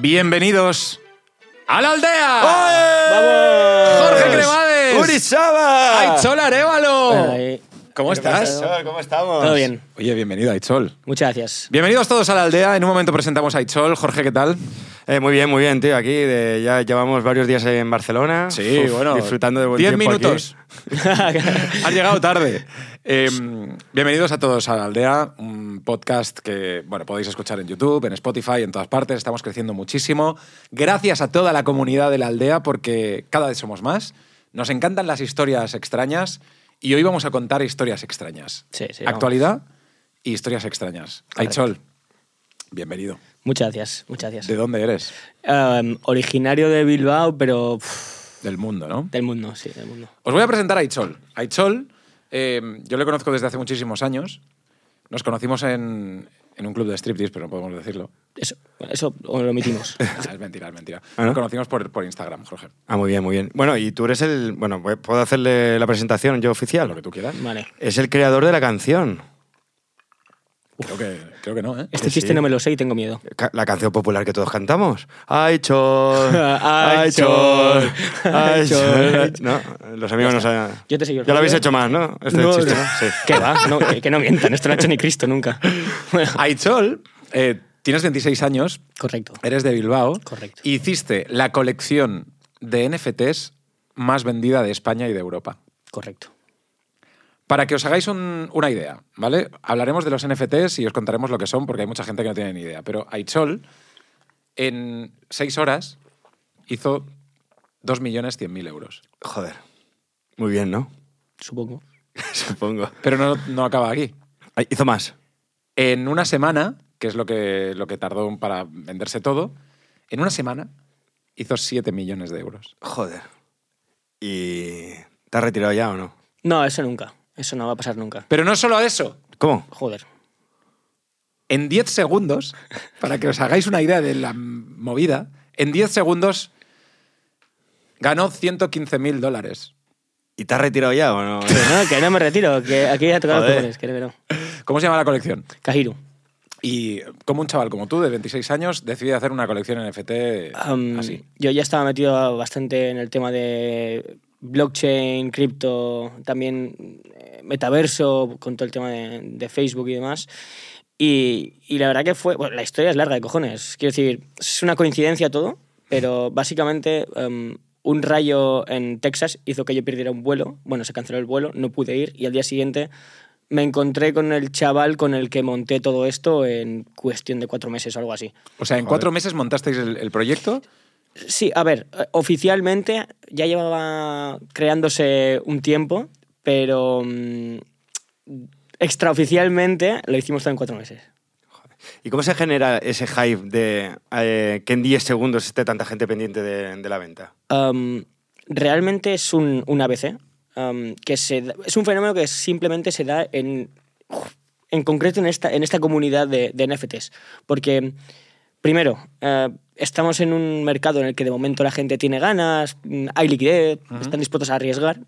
Bienvenidos a la aldea. ¡Vamos! Jorge Cremades. ¡Uri Saba! ¡Aichol Arevalo! Ahí. ¿Cómo ¿Qué estás? pasa? Aichol, ¿Cómo estamos? Todo bien, Oye, bienvenido, Aichol. muchas gracias. Bienvenidos todos a la aldea. En un momento presentamos a Aichol. Jorge, ¿qué tal? Eh, muy bien, muy bien, tío. Aquí de- ya llevamos varios días en Barcelona. Uf, Disfrutando de buen 10 tiempo aquí. minutos. Has llegado tarde. Eh, bienvenidos a todos a La Aldea, un podcast que bueno, podéis escuchar en YouTube, en Spotify, en todas partes. Estamos creciendo muchísimo. Gracias a toda la comunidad de La Aldea porque cada vez somos más. Nos encantan las historias extrañas y hoy vamos a contar historias extrañas. Sí, sí, vamos. Actualidad y historias extrañas. Correcto. Aichol, bienvenido. Muchas gracias, muchas gracias. ¿De dónde eres? Um, originario de Bilbao, pero pff, Del mundo, ¿no? del mundo, sí, del mundo. Os voy a presentar a Aichol. Aichol, eh, yo le conozco desde hace muchísimos años. Nos conocimos en, en un club de striptease, pero no podemos decirlo. Eso, bueno, eso lo omitimos. Ah, es mentira, es mentira. ¿Ah, no? Nos conocimos por, por Instagram, Jorge. Ah, muy bien, muy bien. Bueno, y tú eres el. Bueno, pues, ¿puedo hacerle la presentación yo oficial? Lo que tú quieras. Vale. Es el creador de la canción. Creo que, creo que no, ¿eh? Este Sí. chiste no me lo sé y tengo miedo. Ca- La canción popular que todos cantamos. ¡Ay, chol! Ay, chol! chol, ¡Ay, ay, chol. chol! No, los amigos no saben. Yo te sigo. Ya lo habéis hecho más, ¿no? Este No, chiste, no. ¿no? Sí. Que va, no, que, que no mientan, esto no ha hecho ni Cristo nunca. Bueno, Aichol, eh, tienes 26 años, correcto. eres de Bilbao. Correcto. Hiciste la colección de NFTs más vendida de España y de Europa. Correcto. Para que os hagáis un- una idea, ¿vale? Hablaremos de los NFTs y os contaremos lo que son, porque hay mucha gente que no tiene ni idea. Pero Aichol, en seis horas, hizo 2.100.000 euros. Joder. Muy bien, ¿no? Supongo. Supongo. Pero no, no acaba aquí. Ay, hizo más. En una semana, que es lo que, lo que tardó para venderse todo, en una semana hizo 7 millones de euros. Joder. ¿Y te has retirado ya o no? No, eso nunca. Eso no va a pasar nunca. Pero no solo eso. ¿Cómo? Joder. En 10 segundos, para que os hagáis una idea de la movida, en 10 segundos ganó 115.000 dólares. ¿Y te has retirado ya o no? Que no, que no me retiro, que aquí ya he tocado los Joder. cojones, creo que no. ¿Cómo se llama la colección? Kahiru. Y como un chaval como tú, de 26 años, decide hacer una colección NFT Um, así. Yo ya estaba metido bastante en el tema de blockchain, cripto, también eh, metaverso, con todo el tema de, de Facebook y demás. Y, y la verdad que fue. bueno, la historia es larga de cojones. Quiero decir, es una coincidencia todo, pero básicamente. um, un rayo en Texas hizo que yo perdiera un vuelo. Bueno, se canceló el vuelo, no pude ir y al día siguiente me encontré con el chaval con el que monté todo esto en cuestión de cuatro meses o algo así. O sea, en cuatro meses montasteis el, el proyecto. Sí, a ver, eh, oficialmente ya llevaba creándose un tiempo, pero mm, extraoficialmente lo hicimos todo en cuatro meses. ¿Y cómo se genera ese hype de eh, que en 10 segundos esté tanta gente pendiente de, de la venta? Um, realmente es un, un ABC, um, que se da- es un fenómeno que simplemente se da en, en concreto en esta, en esta comunidad de, de NFTs. Porque, primero, eh, estamos en un mercado en el que de momento la gente tiene ganas, mm, hay liquidez, están dispuestos a arriesgar.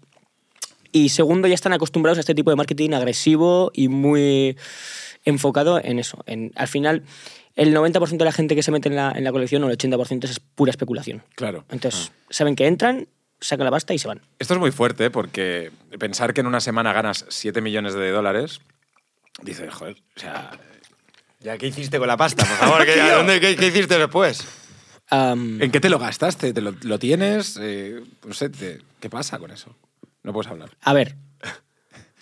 Y segundo, ya están acostumbrados a este tipo de marketing agresivo y muy enfocado en eso. En, al final, el 90% de la gente que se mete en la, en la colección o el 80% es pura especulación. Claro. Entonces, saben que entran, sacan la pasta y se van. Esto es muy fuerte ¿eh? porque pensar que en una semana ganas 7 millones de dólares, dices, joder, o sea, ¿Ya qué hiciste con la pasta? Por favor, ¿qué, a dónde- qué- qué hiciste después? Am, ¿en qué te lo gastaste? ¿Te lo, lo tienes? Eh, no sé, te- ¿qué pasa con eso? No puedes hablar. a ver,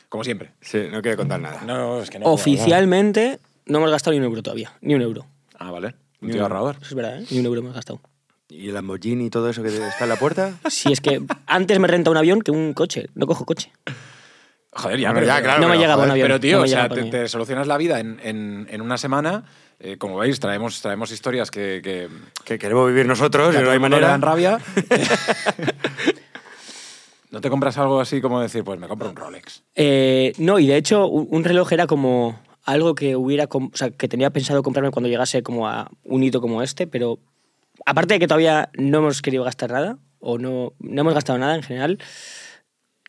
Como siempre. Sí, no quiero contar nada. No, es que no. puedo hablar. oficialmente no hemos gastado ni un euro todavía. Ni un euro. Ah, vale. Un tío ahorrador. Eso es verdad, ¿eh? Ni un euro hemos gastado. ¿Y el Lamborghini y todo eso que está en la puerta? Si es que antes me renta un avión que un coche. No cojo coche. Joder, ya, Bueno, pero, ya, claro, no me pero, llega joder, un avión. Pero, tío, no me o llega sea, para te, mí. te solucionas la vida en, en- en una semana. Eh, como veis, traemos, traemos historias que, que, Que queremos vivir nosotros, que a y no todo hay el mundo le manera. dan rabia. ¿No te compras algo así como decir, pues me compro un Rolex? Eh, no, y de hecho, un, un reloj era como algo que hubiera, com- o sea, que tenía pensado comprarme cuando llegase como a un hito como este, pero aparte de que todavía no hemos querido gastar nada, o no, no hemos gastado nada en general,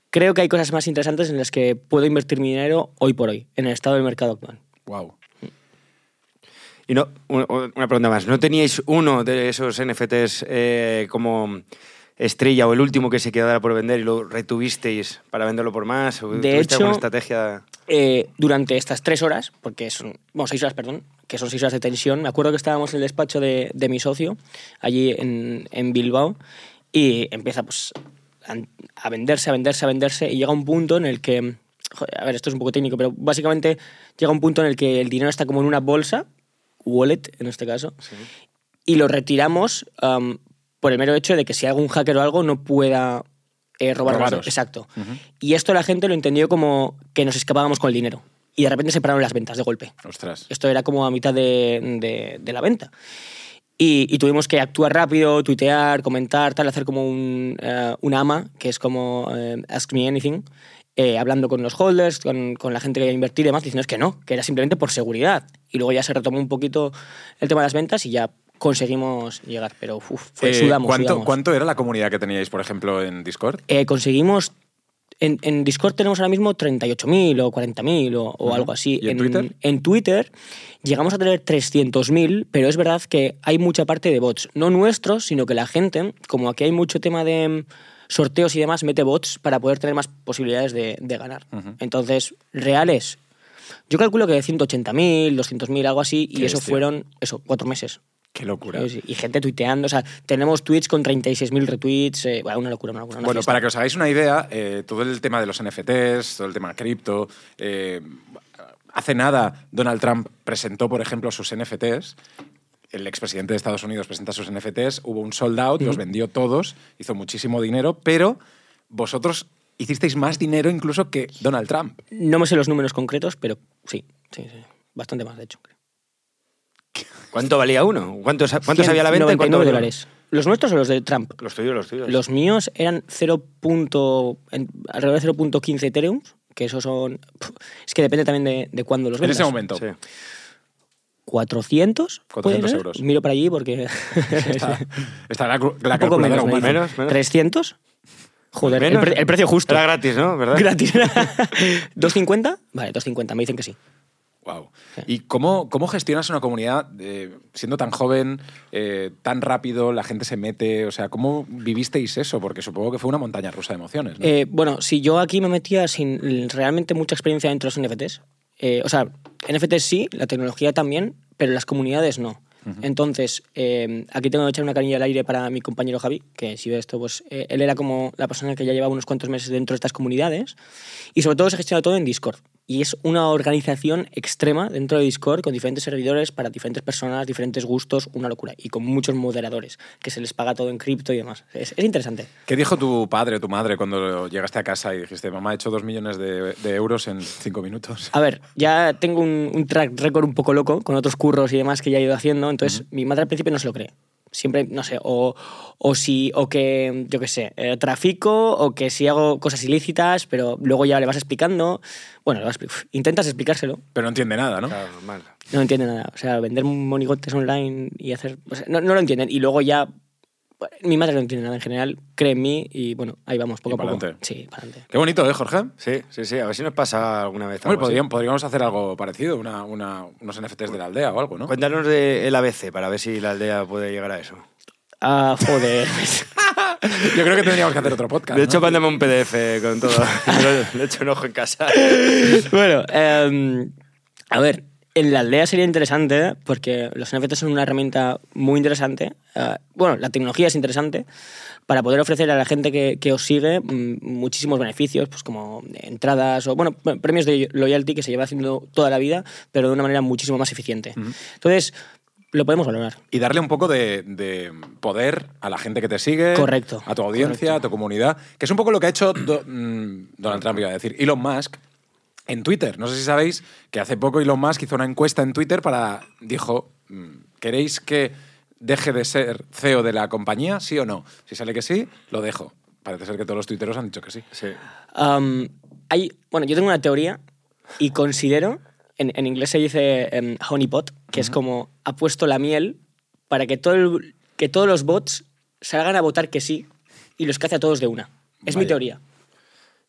creo que hay cosas más interesantes en las que puedo invertir mi dinero hoy por hoy, en el estado del mercado actual. Wow. Y no, un- una pregunta más. ¿No teníais uno de esos NFTs eh, como estrella o el último que se quedara por vender y lo retuvisteis para venderlo por más? ¿O De ¿Tuviste hecho- alguna estrategia? Eh, durante estas tres horas, porque son, bueno, seis horas, perdón, que son seis horas de tensión, me acuerdo que estábamos en el despacho de, de mi socio, allí en, en Bilbao, y empieza pues a, a venderse, a venderse, a venderse, y llega un punto en el que, joder, a ver, esto es un poco técnico, pero básicamente llega un punto en el que el dinero está como en una bolsa, wallet en este caso, y lo retiramos am, por el mero hecho de que si algún hacker o algo no pueda eh, robarnos. Robaros. Exacto. Y esto la gente lo entendió como que nos escapábamos con el dinero. Y de repente se pararon las ventas de golpe. Ostras. Esto era como a mitad de, de- de la venta. Y, y tuvimos que actuar rápido, tuitear, comentar, tal, hacer como un, eh, un ama, que es como eh, Ask Me Anything, eh, hablando con los holders, con, con la gente que iba a invertir y demás, diciendo que no, que era simplemente por seguridad. Y luego ya se retomó un poquito el tema de las ventas y ya conseguimos llegar. Pero uf, fue, Eh, Pues sudamos, ¿cuánto, sudamos. cuánto era la comunidad que teníais, por ejemplo, en Discord? Eh, conseguimos. En, en Discord tenemos ahora mismo 38.000 o 40.000 o, o algo así. ¿Y en Twitter? en Twitter llegamos a tener 300.000, pero es verdad que hay mucha parte de bots. No nuestros, sino que la gente, como aquí hay mucho tema de mm, sorteos y demás, mete bots para poder tener más posibilidades de, de ganar. Entonces, reales. Yo calculo que 180.000, 200.000, algo así, y Qué eso bestia. fueron, eso, cuatro meses. Qué locura. ¿sabes? Y gente tuiteando, o sea, tenemos tweets con 36.000 retweets, eh, bueno, una locura, una locura. una Bueno, fiesta. para que os hagáis una idea, eh, todo el tema de los NFTs, todo el tema cripto. eh, hace nada Donald Trump presentó, por ejemplo, sus NFTs. El expresidente de Estados Unidos presenta sus NFTs, hubo un sold out, los vendió todos, hizo muchísimo dinero, pero vosotros hicisteis más dinero incluso que Donald Trump. No me sé los números concretos, pero sí, sí, sí. Bastante más, de hecho. creo. ¿Cuánto valía uno? ¿Cuánto, sa- cuánto sabía la venta? y 199 cuánto valía? dólares. ¿Los nuestros o los de Trump? Los tuyos, los tuyos. Los míos eran 0. punto- en- alrededor de 0.15 Ethereum, que eso son... pf, Es que depende también de, de cuándo los En vendas. ese momento. Sí. 400, puede 400 ser. euros. Miro para allí porque... Está, está la, cru- la un poco calculadora menos, me humana. dicen. Menos, menos. 300. Joder, el, Menos. pre- el precio justo. Era gratis, ¿no? ¿Verdad? Gratis. ¿250? Vale, 250, me dicen que sí. Wow. ¿Y cómo, cómo gestionas una comunidad eh, siendo tan joven, eh, tan rápido, la gente se mete? O sea, ¿cómo vivisteis eso? Porque supongo que fue una montaña rusa de emociones. ¿no? Eh, bueno, si yo aquí me metía sin l- realmente mucha experiencia dentro de los NFTs. Eh, o sea, NFTs sí, la tecnología también, pero las comunidades no. Entonces, eh, aquí tengo que echar una canilla al aire para mi compañero Javi, que si ve esto, pues eh, él era como la persona que ya llevaba unos cuantos meses dentro de estas comunidades y sobre todo se gestiona todo en Discord. Y es una organización extrema dentro de Discord con diferentes servidores para diferentes personas, diferentes gustos, una locura. Y con muchos moderadores, que se les paga todo en cripto y demás. Es- es interesante. ¿Qué dijo tu padre o tu madre cuando llegaste a casa y dijiste, mamá, he hecho dos millones de, de euros en cinco minutos? A ver, ya tengo un, un track record un poco loco con otros curros y demás que ya he ido haciendo, entonces mi madre al principio no se lo cree. Siempre, no sé, o, o si, o que, yo qué sé, eh, trafico, o que si hago cosas ilícitas, pero luego ya le vas explicando. Bueno, le vas expli- uf, intentas explicárselo, Pero no entiende nada, ¿no? Claro, normal. no entiende nada. O sea, vender monigotes online y hacer. o sea, no, no lo entienden. Y luego ya. bueno, Mi madre no entiende nada en general, cree en mí y bueno, ahí vamos, Y poco a poco. pa'lante. Sí, para adelante. Qué bonito, ¿eh, Jorge? Sí, sí, sí. A ver si nos pasa alguna vez. Hombre, algo así. podrían- podríamos hacer algo parecido, una, una- unos NFTs de la aldea o algo, ¿no? Cuéntanos del ABC para ver si la aldea puede llegar a eso. Ah, joder. Yo creo que tendríamos que hacer otro podcast. De ¿no? hecho, mándame un PDF con todo. Le le echo un ojo en casa. bueno, em, a ver, en la aldea sería interesante porque los NFTs son una herramienta muy interesante. eh, bueno, la tecnología es interesante para poder ofrecer a la gente que, que os sigue mm, muchísimos beneficios, pues como entradas o, bueno, pre- premios de loyalty que se lleva haciendo toda la vida, pero de una manera muchísimo más eficiente. Entonces, lo podemos valorar. Y darle un poco de, de poder a la gente que te sigue. Correcto, A tu audiencia, a tu comunidad. Que es un poco lo que ha hecho Do- mm, Donald Trump, iba a decir, Elon Musk. En Twitter, no sé si sabéis que hace poco Elon Musk hizo una encuesta en Twitter para. Dijo: mm, ¿Queréis que deje de ser CEO de la compañía? ¿Sí o no? Si sale que sí, lo dejo. Parece ser que todos los tuiteros han dicho que sí. Sí. Um, hay, bueno, yo tengo una teoría y considero, en, en inglés se dice em, honeypot, que es como ha puesto la miel para que, todo el- que todos los bots salgan a votar que sí y los cace a todos de una. Es mi Vaya. teoría.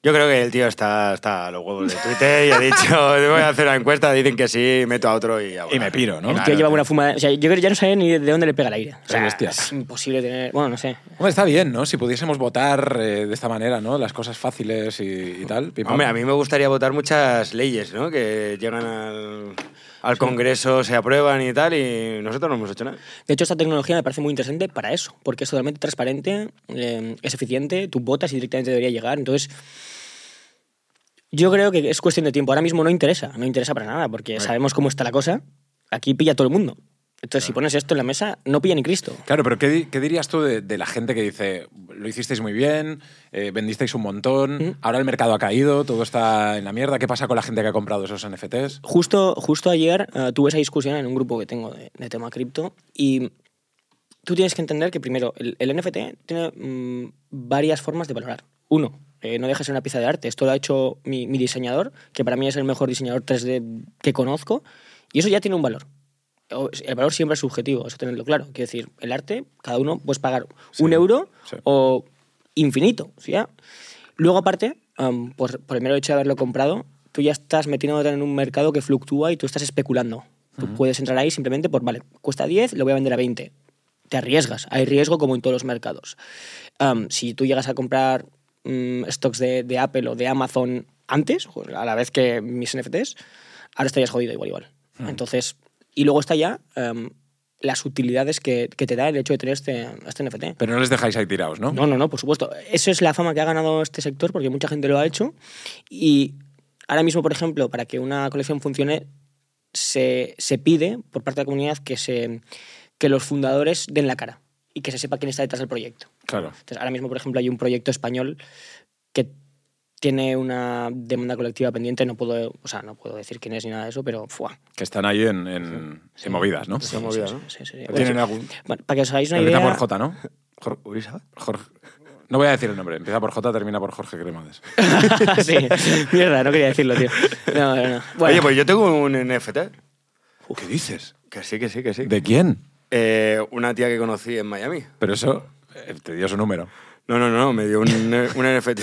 Yo creo que el tío está hasta los huevos de Twitter y ha dicho, voy a hacer una encuesta, dicen que sí, meto a otro y... Y me piro, ¿no? El tío Claro, lleva tío. una fuma. O sea, yo creo que ya no sabe ni de dónde le pega el aire. O sea, hostia. es imposible tener. Bueno, no sé. Hombre, está bien, ¿no? Si pudiésemos votar eh, de esta manera, ¿no? Las cosas fáciles y, y tal. pim, pam. Hombre, a mí me gustaría votar muchas leyes, ¿no? Que llegan al, al Congreso, se aprueban y tal, y nosotros no hemos hecho nada. De hecho, esta tecnología me parece muy interesante para eso, porque es totalmente transparente, eh, es eficiente, tú votas y directamente debería llegar. Entonces, yo creo que es cuestión de tiempo. Ahora mismo no interesa, no interesa para nada, porque sabemos cómo está la cosa. Aquí pilla todo el mundo. Entonces, si pones esto en la mesa, no pilla ni Cristo. Claro, pero ¿qué, di- qué dirías tú de, de la gente que dice, lo hicisteis muy bien, eh, vendisteis un montón, Mm. ahora el mercado ha caído, todo está en la mierda, ¿qué pasa con la gente que ha comprado esos NFTs? Pues Justo, justo ayer eh, tuve esa discusión en un grupo que tengo de, de tema cripto y tú tienes que entender que primero, el, el NFT tiene mm, varias formas de valorar. Uno, eh, no deja de ser una pieza de arte. Esto lo ha hecho mi, mi diseñador, que para mí es el mejor diseñador 3D que conozco, y eso ya tiene un valor. O- El valor siempre es subjetivo, eso tenerlo claro. Quiero decir, el arte, cada uno puedes pagar un euro sí. o infinito. ¿sí ya? Luego, aparte, am, por, por el mero hecho de haberlo comprado, tú ya estás metiéndote en un mercado que fluctúa y tú estás especulando. Tú puedes entrar ahí simplemente por, vale, cuesta 10, lo voy a vender a 20. Te arriesgas, hay riesgo como en todos los mercados. Am, si tú llegas a comprar mm, stocks de, de Apple o de Amazon antes, a la vez que mis NFTs, ahora estarías jodido igual, igual. Entonces, y luego está ya am, las utilidades que, que te da el hecho de tener este, este NFT. Pero no les dejáis ahí tirados, ¿no? No, no, no, por supuesto. Eso es la fama que ha ganado este sector porque mucha gente lo ha hecho. Y ahora mismo, por ejemplo, para que una colección funcione, se, se pide por parte de la comunidad que, se, que los fundadores den la cara y que se sepa quién está detrás del proyecto. Claro. Entonces, ahora mismo, por ejemplo, hay un proyecto español que tiene una demanda colectiva pendiente. No puedo, o sea, no puedo decir quién es ni nada de eso, pero ¡fua! Que están ahí en, en- en movidas, ¿no? Se ha movido, ¿no? Sí, sí, sí. ¿Tienen Bueno, algún...? bueno, para que os hagáis una Empieza idea... por J, ¿no? Jor- Urisa? Jorge. No voy a decir el nombre. Empieza por J, termina por Jorge Cremades. sí, mierda, no quería decirlo, tío. No, no, no. Bueno. Oye, pues yo tengo un NFT. ¿Qué dices? Que sí, que sí, que sí. ¿De quién? Eh, una tía que conocí en Miami. Pero eso eh, te dio su número. No, no, no, me dio un, un NFT.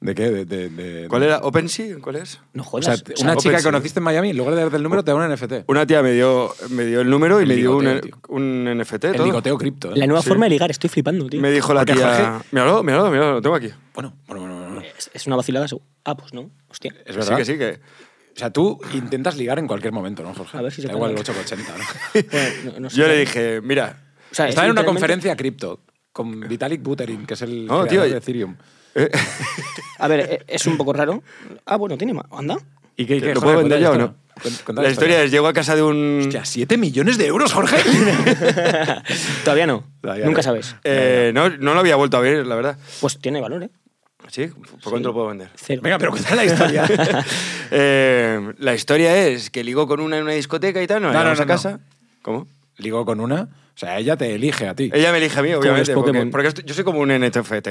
¿De qué? De, de- de- ¿Cuál era? ¿OpenSea? ¿Cuál es? No O jodas. sea, O sea, una chica que OpenSea. conociste en Miami, en lugar de darte el número, te da un NFT. Una tía me dio, me dio el número y El le dio un, ligoteo, un NFT. El todo. ligoteo cripto. ¿eh? la nueva sí. forma de ligar, estoy flipando, tío. Me dijo la Porque tía. Jorge- Míralo, míralo, míralo, lo tengo aquí. Bueno, bueno, bueno, bueno. Es, es una vacilada. su- Ah, pues no. Hostia. Es Que verdad. Sí, que sí, O sea, tú intentas ligar en cualquier momento, ¿no, Jorge? A ver si se Da igual puede. el 880, ¿no? Bueno, no- no que. sé. Yo le dije, mira, O sea, es Estaba en una literalmente- conferencia cripto con Vitalik Buterin, que es el No, creador tío, de Ethereum. A ver, eh, es un poco raro. Ah, bueno, tiene más. Anda. ¿Y qué, ¿lo puedo vender yo o no? La historia es: llego a casa de un. Hostia, 7 millones de euros, Jorge. Todavía no. Todavía Nunca no. sabes. Eh, no, no lo había vuelto a ver, la verdad. Pues tiene valor, ¿eh? ¿Sí? ¿Por cuánto lo puedo vender? Cero. Venga, pero cuéntame la historia. Eh, la historia es que ligó con una en una discoteca y tal, no, No, no, llegamos no, a no. casa. ¿Cómo? Ligo con una. O sea, ella te elige a ti. Ella me elige a mí, obviamente. los Porque, Pokémon. porque esto- yo soy como un NFT.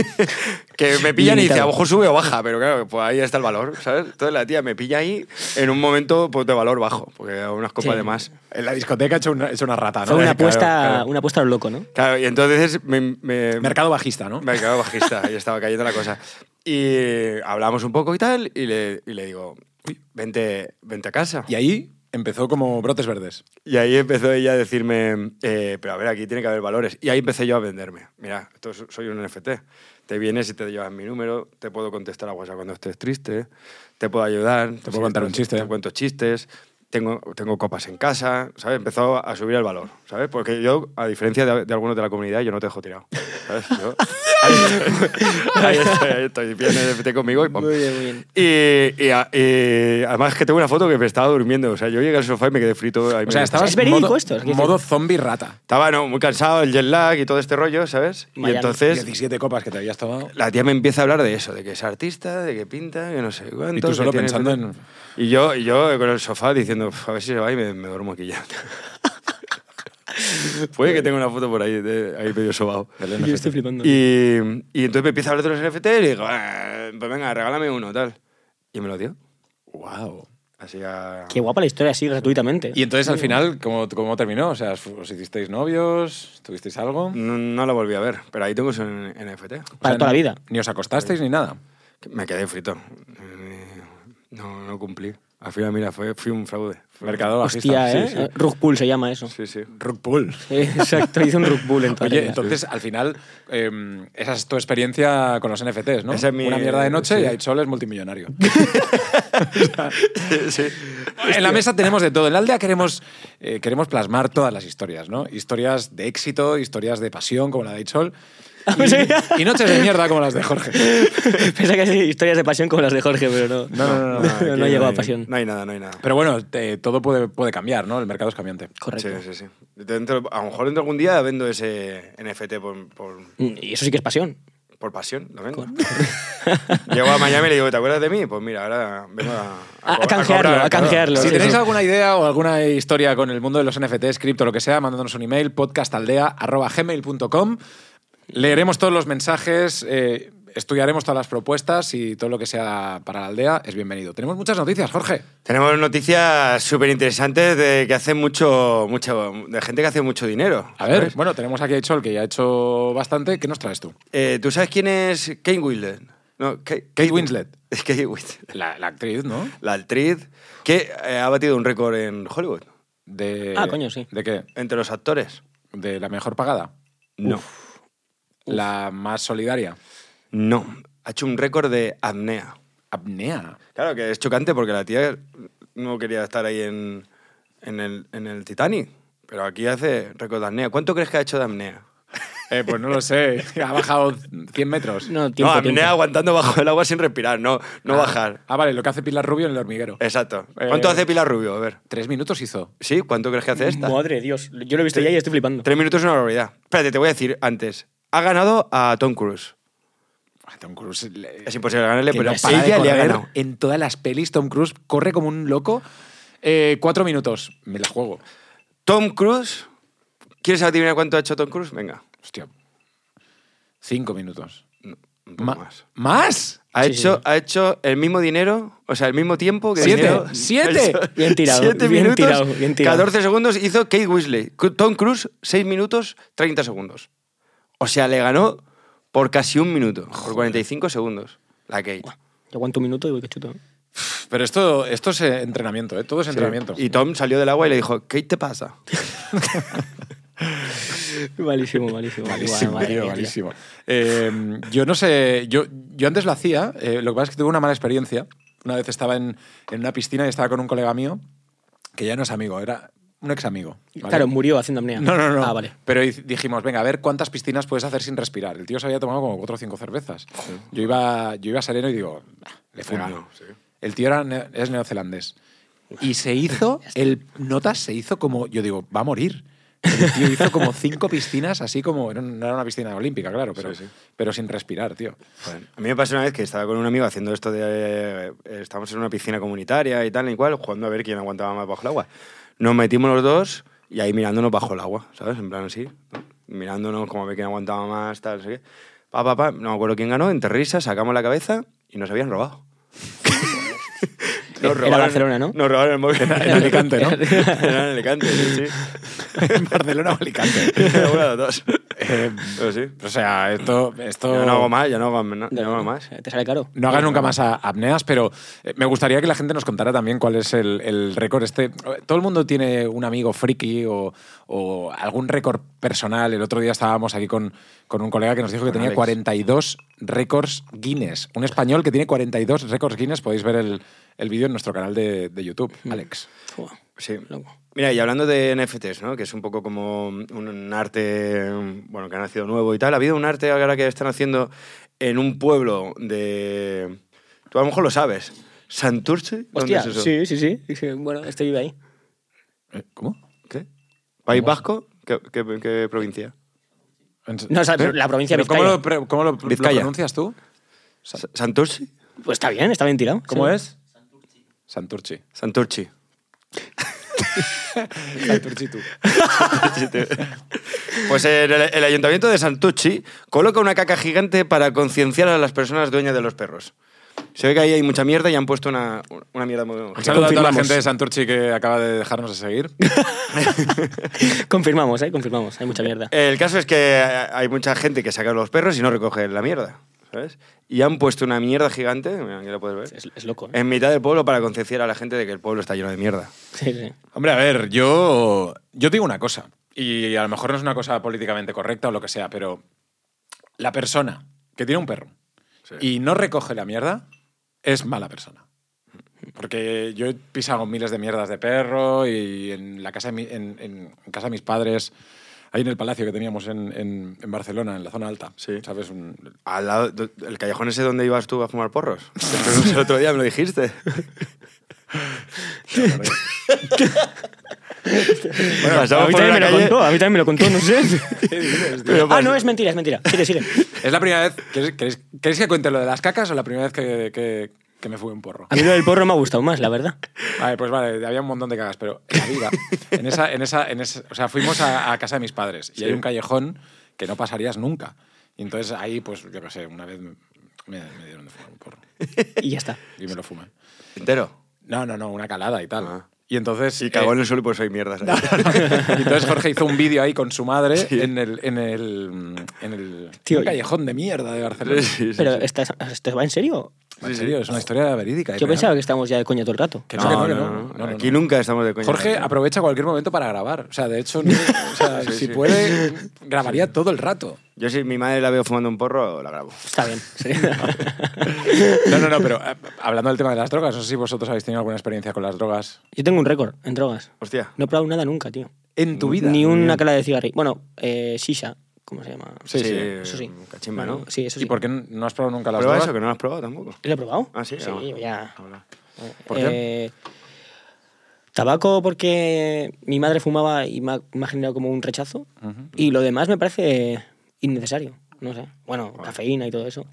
que me pillan y dice, Limitado. a lo mejor sube o baja, pero claro, pues ahí está el valor, ¿sabes? Entonces la tía me pilla ahí en un momento pues, de valor bajo, porque unas copas Sí. de más. En la discoteca ha hecho una, ha hecho una rata, ¿no? Fue una eh, Claro, apuesta, claro. una apuesta a lo loco, ¿no? Claro, y entonces me, me, Mercado bajista, ¿no? me quedaba bajista y estaba cayendo la cosa. Y hablamos un poco y tal, y le, y le digo, "Uy, vente, vente a casa. Y ahí empezó como brotes verdes. Y ahí empezó ella a decirme, eh, pero a ver, aquí tiene que haber valores. Y ahí empecé yo a venderme. Mira, esto es- soy un NFT. Te vienes y te llevas mi número, te puedo contestar a WhatsApp cuando estés triste, te puedo ayudar. Te puedo contar un chiste. Te cuento chistes, tengo, tengo copas en casa, ¿sabes? Empezó a subir el valor, ¿sabes? Porque yo, a diferencia de, de algunos de la comunidad, yo no te dejo tirado. ¿sabes? Yo- ahí, estoy, ahí estoy, ahí estoy, vienes NFT conmigo y pum. Muy bien, muy bien. Y, y a- y además que tengo una foto que me estaba durmiendo. O sea, yo llegué al sofá y me quedé frito. ahí O sea, me- estabas Es verídico modo, esto, es que- modo zombie rata. Estaba no, muy cansado, el jet lag y todo este rollo, ¿sabes? Miami. Y entonces 17 copas que te habías tomado. la tía me empieza a hablar de eso, de que es artista, de que pinta, que no sé cuánto. Y tú que solo tiene- pensando en... Y yo, y yo con el sofá diciendo, "Uf, a ver si se va y me, me duermo aquí ya. Puede que tenga una foto por ahí, de, ahí medio sobado. del Yo NFT. estoy flipando. Y, y entonces me empieza a hablar de los NFT y le digo, "Ah, pues venga, regálame uno, tal. Y me lo dio. Wow. Así a... Qué guapa la historia, así gratuitamente. Y entonces al final, ¿cómo, cómo terminó? O sea, ¿os hicisteis novios? ¿Tuvisteis algo? No, no la volví a ver, pero ahí tengo su NFT. O sea, Para toda la vida. Ni os acostasteis ni nada. Me quedé frito. Eh, No, no cumplí. Al final, mira, fue, fui un fraude. Fue- Mercado Hostia, bajista. ¿eh? Sí, Eh, Rug pull se llama eso. Eh, Sí, sí. Rug pull. Exacto, hice un rug pull en toda Oye, regla. entonces al final, eh, esa es tu experiencia con los NFTs, ¿no? Esa es mi- Una mierda de noche sí. y Aichol es multimillonario. En la mesa tenemos de todo. En la aldea queremos, eh, queremos plasmar todas las historias, ¿no? Historias de éxito, historias de pasión, como la de Aichol. Y, y noches de mierda como las de Jorge. Pensaba que hacía historias de pasión como las de Jorge, pero no. No, no, no. no, No, aquí no llegó a hay- pasión. Ah, No hay nada, no hay nada. Pero bueno, te- todo puede, puede cambiar, ¿no? El mercado es cambiante. Correcto. Sí, sí, sí. Dentro- a lo mejor dentro de algún día vendo ese NFT por, por, Y eso sí que es pasión. por pasión, lo vendo. Llego a Miami y le digo, ¿te acuerdas de mí? Pues mira, ahora vengo a... A- a co- canjearlo, cobrar, a canjearlo. Si Sí, tenéis sí. alguna idea o alguna historia con el mundo de los NFTs, cripto, lo que sea, mandándonos un email, podcastaldea.gmail.com. Leeremos todos los mensajes, eh, estudiaremos todas las propuestas y todo lo que sea para la aldea es bienvenido. Tenemos muchas noticias, Jorge. Tenemos noticias súper interesantes de que hace mucho, mucho, de gente que hace mucho dinero. A ver, Pues- ¿sabes? bueno, tenemos aquí a Chol, que ya ha hecho bastante. ¿Qué nos traes tú? Eh, ¿Tú sabes quién es Kate Winslet? No, Kate, Kate Winslet. Es Kate Winslet. La, la actriz, ¿no? La actriz que eh, ha batido un récord en Hollywood. De, Ah, coño, sí. ¿De qué? Entre los actores. ¿De la mejor pagada? No. ¿La más solidaria? No. Ha hecho un récord de apnea. Apnea. Claro que es chocante porque la tía no quería estar ahí en, en, el, en el Titanic. Pero aquí hace récord de apnea. ¿Cuánto crees que ha hecho de apnea? Eh, pues no lo sé. Ha bajado 100 metros. No, no, tiempo, apnea tiempo. aguantando bajo el agua sin respirar, no, no bajar. Ah, vale, lo que hace Pilar Rubio en el hormiguero. Exacto. ¿Cuánto Eh, hace Pilar Rubio? A ver. Tres minutos hizo. ¿Sí? ¿Cuánto crees que hace esta? Madre de Dios, yo lo he visto ya y estoy flipando. Tres minutos es una barbaridad. Espérate, te voy a decir antes. Ha ganado a Tom Cruise. Ah, Tom Cruise. le- Es imposible ganarle, que pero no para de ella le ha correr. ganado. En todas las pelis, Tom Cruise corre como un loco. Eh, cuatro minutos. Me la juego. Tom Cruise. ¿Quieres adivinar cuánto ha hecho Tom Cruise? Venga. Hostia. Cinco minutos. Un poco Ma- más. ¿Más? Ha, Sí, hecho, sí. ha hecho el mismo dinero, o sea, el mismo tiempo que Siete, dinero. siete. Ha hecho Bien tirado, Siete bien minutos, tirado, bien tirado. 14 segundos hizo Kate Winslet. Cru- Tom Cruise, 6 minutos, 30 segundos. O sea, le ganó por casi un minuto, por 45 segundos, la Kate. Yo aguanto un minuto y voy que chuto. Pero esto, esto es eh, entrenamiento, ¿eh? Todo es entrenamiento. Y Tom salió del agua y le dijo, ¿qué te pasa? Malísimo, malísimo. Malísimo, Guau, madre tío, mía, tío. malísimo. Eh, yo no sé, yo, yo antes lo hacía, eh, lo que pasa es que tuve una mala experiencia. Una vez estaba en, en una piscina y estaba con un colega mío, que ya no es amigo, era un ex amigo. ¿vale? Claro, murió haciendo apnea. No, no, no. Ah, vale. Pero dic- dijimos, venga, a ver cuántas piscinas puedes hacer sin respirar. El tío se había tomado como cuatro o cinco cervezas. Yo, iba, yo iba sereno y digo, "Bah, le Pues fundo. El tío era ne- es neozelandés. Y se hizo, el Notas se hizo como, yo digo, va a morir. El tío hizo como cinco piscinas, así como, no no era una piscina olímpica, claro, pero, Sí, sí. pero sin respirar, tío. Pues, A mí me pasó una vez que estaba con un amigo haciendo esto de. eh, estábamos en una piscina comunitaria y tal y cual, jugando a ver quién aguantaba más bajo el agua. Nos metimos los dos y ahí mirándonos bajo el agua, ¿sabes? En plan así, ¿no? mirándonos como a ver quién aguantaba más, tal, no sé qué. Pa, pa, pa, no me acuerdo quién ganó, entre risas sacamos la cabeza y nos habían robado. Era Barcelona, ¿no? Nos robaron el móvil. En Alicante, ¿no? Era en Alicante, sí, sí. En Barcelona o Alicante. Era Una de las dos. Eh, Pero sí. o sea, esto... esto... Yo no hago más, ya no hago, no, ya no hago más. Te sale caro. No hagas nunca más a- apneas, pero eh, me gustaría que la gente nos contara también cuál es el, el récord este. Todo el mundo tiene un amigo friki o, o algún récord personal. El otro día estábamos aquí con, con un colega que nos dijo que Con tenía Alex. 42 récords Guinness. Un español que tiene 42 récords Guinness. Podéis ver el, el vídeo en nuestro canal de, de YouTube, Alex. Fua, Sí. loco. Mira, y hablando de NFTs, ¿no? que es un poco como un- un arte bueno, que ha nacido nuevo y tal, ha habido un arte ahora que están haciendo en un pueblo de... Tú a lo mejor lo sabes. ¿Santurce? ¿Dónde Hostia, es eso? sí, sí, sí, sí, Bueno, este vive ahí. Eh, ¿Cómo? ¿Qué? ¿País Vasco? ¿Qué, qué- qué provincia? En- No, o sea, ¿Eh? la provincia de ¿Pero ¿Cómo, Vizcaya. lo, pre- cómo lo- lo Vizcaya. pronuncias tú? Sa- ¿Santurce? Pues está bien, está bien tirado. ¿Cómo Sí. es? Santurchi. Santurce. Santurchi tú. Pues el, el ayuntamiento de Santucci coloca una caca gigante para concienciar a las personas dueñas de los perros. Se ve que ahí hay mucha mierda y han puesto una, una mierda muy... Un saludo a toda la Confirmamos. gente de Santurchi que acaba de dejarnos de seguir. Confirmamos, ¿eh? Confirmamos. Hay mucha mierda. El caso es que hay mucha gente que saca los perros y no recoge la mierda. ¿sabes? Y han puesto una mierda gigante, mira, aquí la puedes ver, Es, es loco. ¿eh? en mitad del pueblo para concienciar a la gente de que el pueblo está lleno de mierda. Sí, sí. Hombre, a ver, yo, yo te digo una cosa, y a lo mejor no es una cosa políticamente correcta o lo que sea, pero la persona que tiene un perro y no recoge la mierda es mala persona. Porque yo he pisado miles de mierdas de perro y en la casa de, mi- en, en- en casa de mis padres, ahí en el palacio que teníamos en, en- en Barcelona, en la zona alta, Sí. ¿sabes? Un- Al lado, do- el callejón ese donde ibas tú a fumar porros. el otro día me lo dijiste. Bueno, a pasamos mí por también una me lo calle- contó, a mí también me lo contó, no sé. Pero ah, pas- no, es mentira, es mentira. Sigue, sigue. Es la primera vez. ¿Queréis, queréis- queréis que cuente lo de las cacas o la primera vez que, que- que me fui un porro? A mí lo del porro me ha gustado más, la verdad. Vale, pues vale, había un montón de cagas, pero en la vida. En esa, en esa, en esa- o sea, fuimos a, a casa de mis padres y hay un callejón que no pasarías nunca. Y entonces ahí, pues, yo qué sé, una vez me, me dieron de fumar un porro Y ya está. y me lo fumé. Entero. No, no, no, una calada y tal. Ah. Y entonces. Y cagó eh, en el suelo pues y por eso hay mierdas. ahí. Y entonces Jorge hizo un vídeo ahí con su madre en el. En el, mm, en el Tío, un callejón de mierda de Barcelona. Sí, sí, sí. Pero ¿esta, ¿esto va en serio? En serio, es una historia verídica. ¿eh? y Yo real. pensaba que estábamos ya de coña todo el rato. Que no, No, que no, que no, no, no, no, no, Aquí no. nunca estamos de coña. Jorge No. aprovecha cualquier momento para grabar. O sea, de hecho, no- o sea, Sí, si sí. puede, grabaría todo el rato. Yo si mi madre la veo fumando un porro, la grabo. Está bien. sí. No, no, no, pero eh, hablando del tema de las drogas, no sé si vosotros habéis tenido alguna experiencia con las drogas Yo tengo un récord en drogas. Hostia. No he probado nada nunca, tío. en tu vida. Ni una cala de cigarrillo. Bueno, eh, shisha, ¿cómo se llama? Sí, sí. Eso sí. Cachimba, ¿no? Sí, eso sí. ¿Y por qué no has probado nunca las Prueba drogas? eso, que no lo has probado tampoco. ¿Lo he probado? Ah, sí, Sí, ah. ya. Hola. ¿Por qué? Eh, tabaco porque mi madre fumaba y me ha, me ha generado como un rechazo. Y lo demás me parece innecesario. No sé. Bueno, cafeína y todo eso.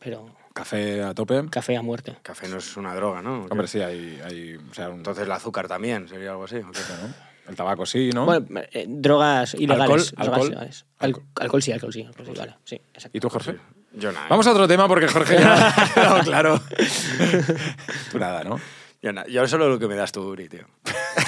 Pero Café a tope. café a muerte. Café no es una droga, ¿no? Hombre, sí, hay, hay o sea, un Entonces el azúcar también sería algo así. ¿o qué? ¿no? El tabaco sí, ¿no? Bueno, eh, drogas ilegales. ¿Alcohol? drogas ¿Alcohol? ilegales. Al- alcohol sí, alcohol sí. alcohol sí, vale, sí, exacto. ¿Y tú, Jorge? Yo nada. Vamos a otro tema porque Jorge ya ha quedado claro. Tú nada, ¿no? Yo, nada. Yo solo lo que me das tú, Uri, tío.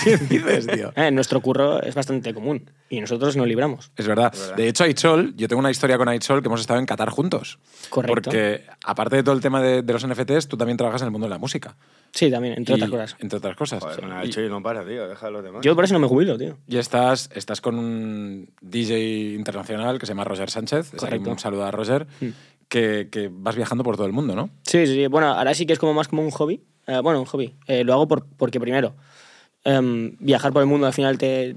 ¿Qué dices, tío? Eh, nuestro curro es bastante común y nosotros nos libramos. Es verdad. De hecho, Aichol, yo tengo una historia con Aichol que hemos estado en Qatar juntos. Correcto. Porque aparte de todo el tema de, de los NFTs, tú también trabajas en el mundo de la música. Sí, también, entre Y- otras cosas. Entre otras cosas. Joder, Y- con el Chuy no para, tío. Deja a los demás. Yo por eso no me jubilo, tío. y estás, estás con un DJ internacional que se llama Roger Sánchez. Desde aquí Correcto. Mm. Un saludo a Roger. Que, que vas viajando por todo el mundo, ¿no? Sí, sí, sí. Bueno, ahora sí que es como más como un hobby. Eh, bueno, un hobby. Eh, lo hago por, porque primero, em, viajar por el mundo al final te,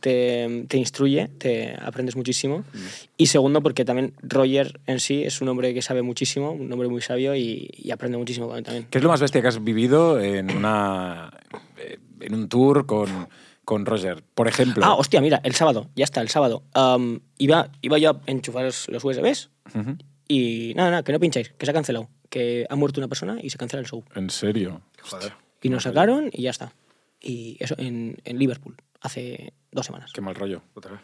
te, te instruye, te aprendes muchísimo. Mm. Y segundo, porque también Roger en sí es un hombre que sabe muchísimo, un hombre muy sabio y, y aprende muchísimo con él también. ¿Qué es lo más bestia que has vivido en, una, eh, en un tour con, con Roger? Por ejemplo. Ah, hostia, mira, el sábado, ya está, el sábado. Am, iba, iba yo a enchufar los los USBs Ujú. y nada, nada, que no pincháis, que se ha cancelado, que ha muerto una persona y se cancela el show. ¿En serio? Joder. Y nos sacaron y ya está. Y eso en, en Liverpool, hace dos semanas. Qué mal rollo. Otra vez.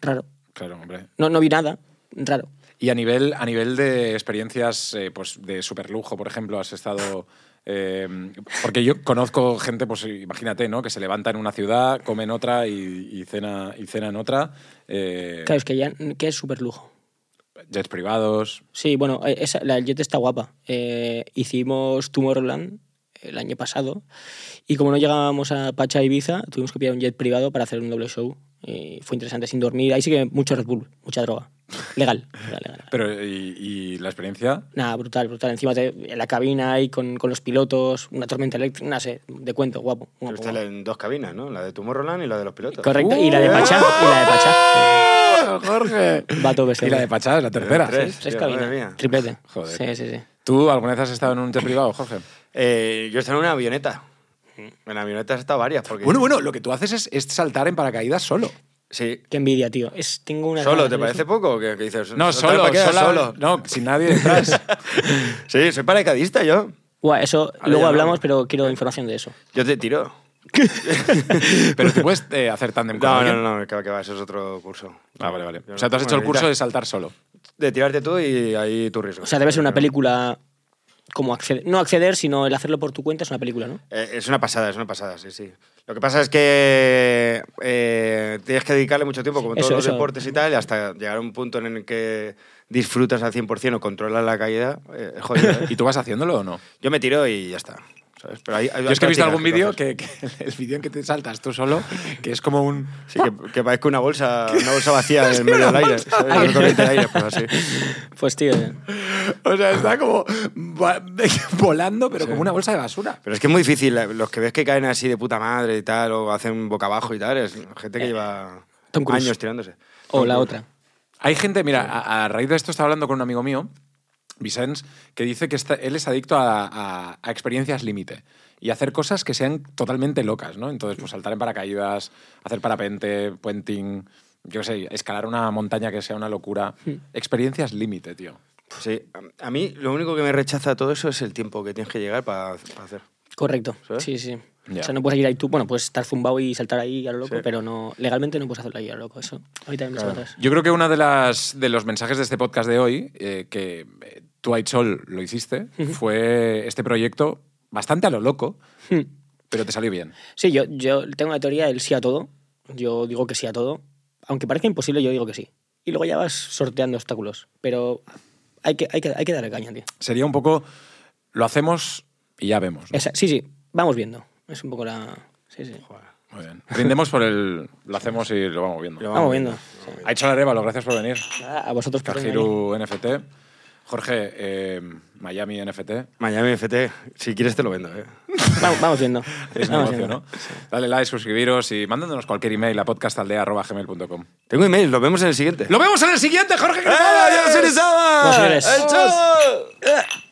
Raro. Claro, hombre. No, no vi nada, raro. Y a nivel, a nivel de experiencias eh, pues, de superlujo, por ejemplo, has estado... eh, porque yo conozco gente, pues imagínate, ¿no? Que se levanta en una ciudad, come en otra y, y cena, y cena en otra. eh, Claro, es que ya que es súper lujo. Jets privados. Sí, bueno, eh, esa- la del Jet está guapa. Eh, hicimos Tomorrowland eh, el año pasado y como no llegábamos a Pacha e Ibiza, tuvimos que pillar un jet privado para hacer un doble show. Y fue interesante sin dormir. Ahí sí que mucho Red Bull, mucha droga. Legal. legal, legal. Pero, ¿y, y la experiencia? Nada, brutal, brutal. Encima te- en la cabina y con, con los pilotos, una tormenta eléctrica, no sé, de cuento, guapo. Pero guapo, está guapo. en dos cabinas, ¿no? La de Tomorrowland y la de los pilotos. Correcto, y ¡Uh! la de Pachá, y la de Pachá. ¡Jorge! Va todo Y bestia. la de Pachá es la tercera. Tres. Tres Hostia, madre cabinas, mía. triplete. Joder. Sí, sí, sí. ¿Tú alguna vez has estado en un jet privado, Jorge? Eh, yo estaba en una avioneta. Mm. En avionetas he estado varias. Porque... Bueno, bueno, lo que tú haces es, es saltar en paracaídas solo. Sí. Qué envidia, tío. Es, tengo una ¿Solo? ganas ¿Te de parece eso. poco? o ¿Qué, qué dices? No, te la solo, quedas sola- No, sin nadie detrás. Sí, soy paracaidista yo. Buah, eso Ahora luego ya hablamos, no. pero quiero información de eso. Yo te tiro. Pero tú puedes eh, hacer tándem con No, alguien. no, no, no, que va, que va, eso es otro curso. Ah, vale, vale. Yo O sea, tú has no- hecho el bueno, curso ya- de saltar solo. De tirarte tú y ahí tu riesgo. O sea, debe ser una Pero- película como acceder, no acceder, sino el hacerlo por tu cuenta es una película, ¿no? Eh, es una pasada, es una pasada, sí, sí. Lo que pasa es que eh, tienes que dedicarle mucho tiempo, como Eso, todos los eso. deportes y tal, y hasta llegar a un punto en el que disfrutas al 100% o controlas la caída. eh, es jodido, ¿eh? ¿Y tú vas haciéndolo o no? Yo me tiro y ya está. ¿sabes? Pero hay- hay- Yo es que he hay visto prácticas algún que tú vídeo haces. que, que- el vídeo en que te saltas tú solo, que es como un Sí, que, que parezca una bolsa, una bolsa vacía en medio del aire. ¿sabes? Ay. Una corriente de aire, pues así. Pues tío, eh, o sea, está como va- volando pero como una bolsa de basura. Pero es que es muy difícil. eh, Los que ves que caen así de puta madre y tal, o hacen boca abajo y tal, es gente que lleva Eh, Tom Cruise. años tirándose. o Tom la Cruise. otra. Hay gente, mira, a, a raíz de esto estaba hablando con un amigo mío, Vicens, que dice que está- él es adicto a, a- a experiencias límite y hacer cosas que sean totalmente locas, ¿no? Entonces, pues saltar en paracaídas, hacer parapente, puenting, yo qué sé, escalar una montaña que sea una locura. Experiencias límite, tío. Sí, a a mí lo único que me rechaza todo eso es el tiempo que tienes que llegar para hacer. Correcto. ¿Sabes? Sí, sí. Ya. O sea, no puedes ir ahí tú, bueno, puedes estar zumbado y saltar ahí a lo loco, Sí. pero no legalmente no puedes hacerlo ahí a lo loco, eso. A mí también me Claro. llama atrás. Yo creo que uno de, las, de los mensajes de este podcast de hoy, eh, que eh, tú, Sol, lo hiciste, fue este proyecto bastante a lo loco, pero te salió bien. Sí, yo, yo tengo la teoría del sí a todo. Yo digo que sí a todo. Aunque parezca imposible, yo digo que sí. Y luego ya vas sorteando obstáculos. Pero hay que, hay que, hay que darle caña, tío. Sería un poco, lo hacemos y ya vemos. ¿no? Esa- sí, sí, vamos viendo. Es un poco la... Sí, sí. Muy bien. Rindemos por el, lo hacemos y lo vamos viendo. Lo Vamos viendo. sí. Aichol Arevalo, gracias por venir. Nada, A vosotros por venir. Tajiru NFT. Jorge, eh, Miami NFT. Miami FT, si quieres te lo vendo. ¿eh? Vamos, vamos viendo. Es Vamos negocio, viendo. ¿no? Dale like, suscribiros y mandándonos cualquier email a podcastaldea.gmail.com. Tengo email, lo vemos en el siguiente. ¡Lo vemos en el siguiente, Jorge! ¡Eh, Pues Cremades! Dios Irizaba! Nos eres. ¡El Chos!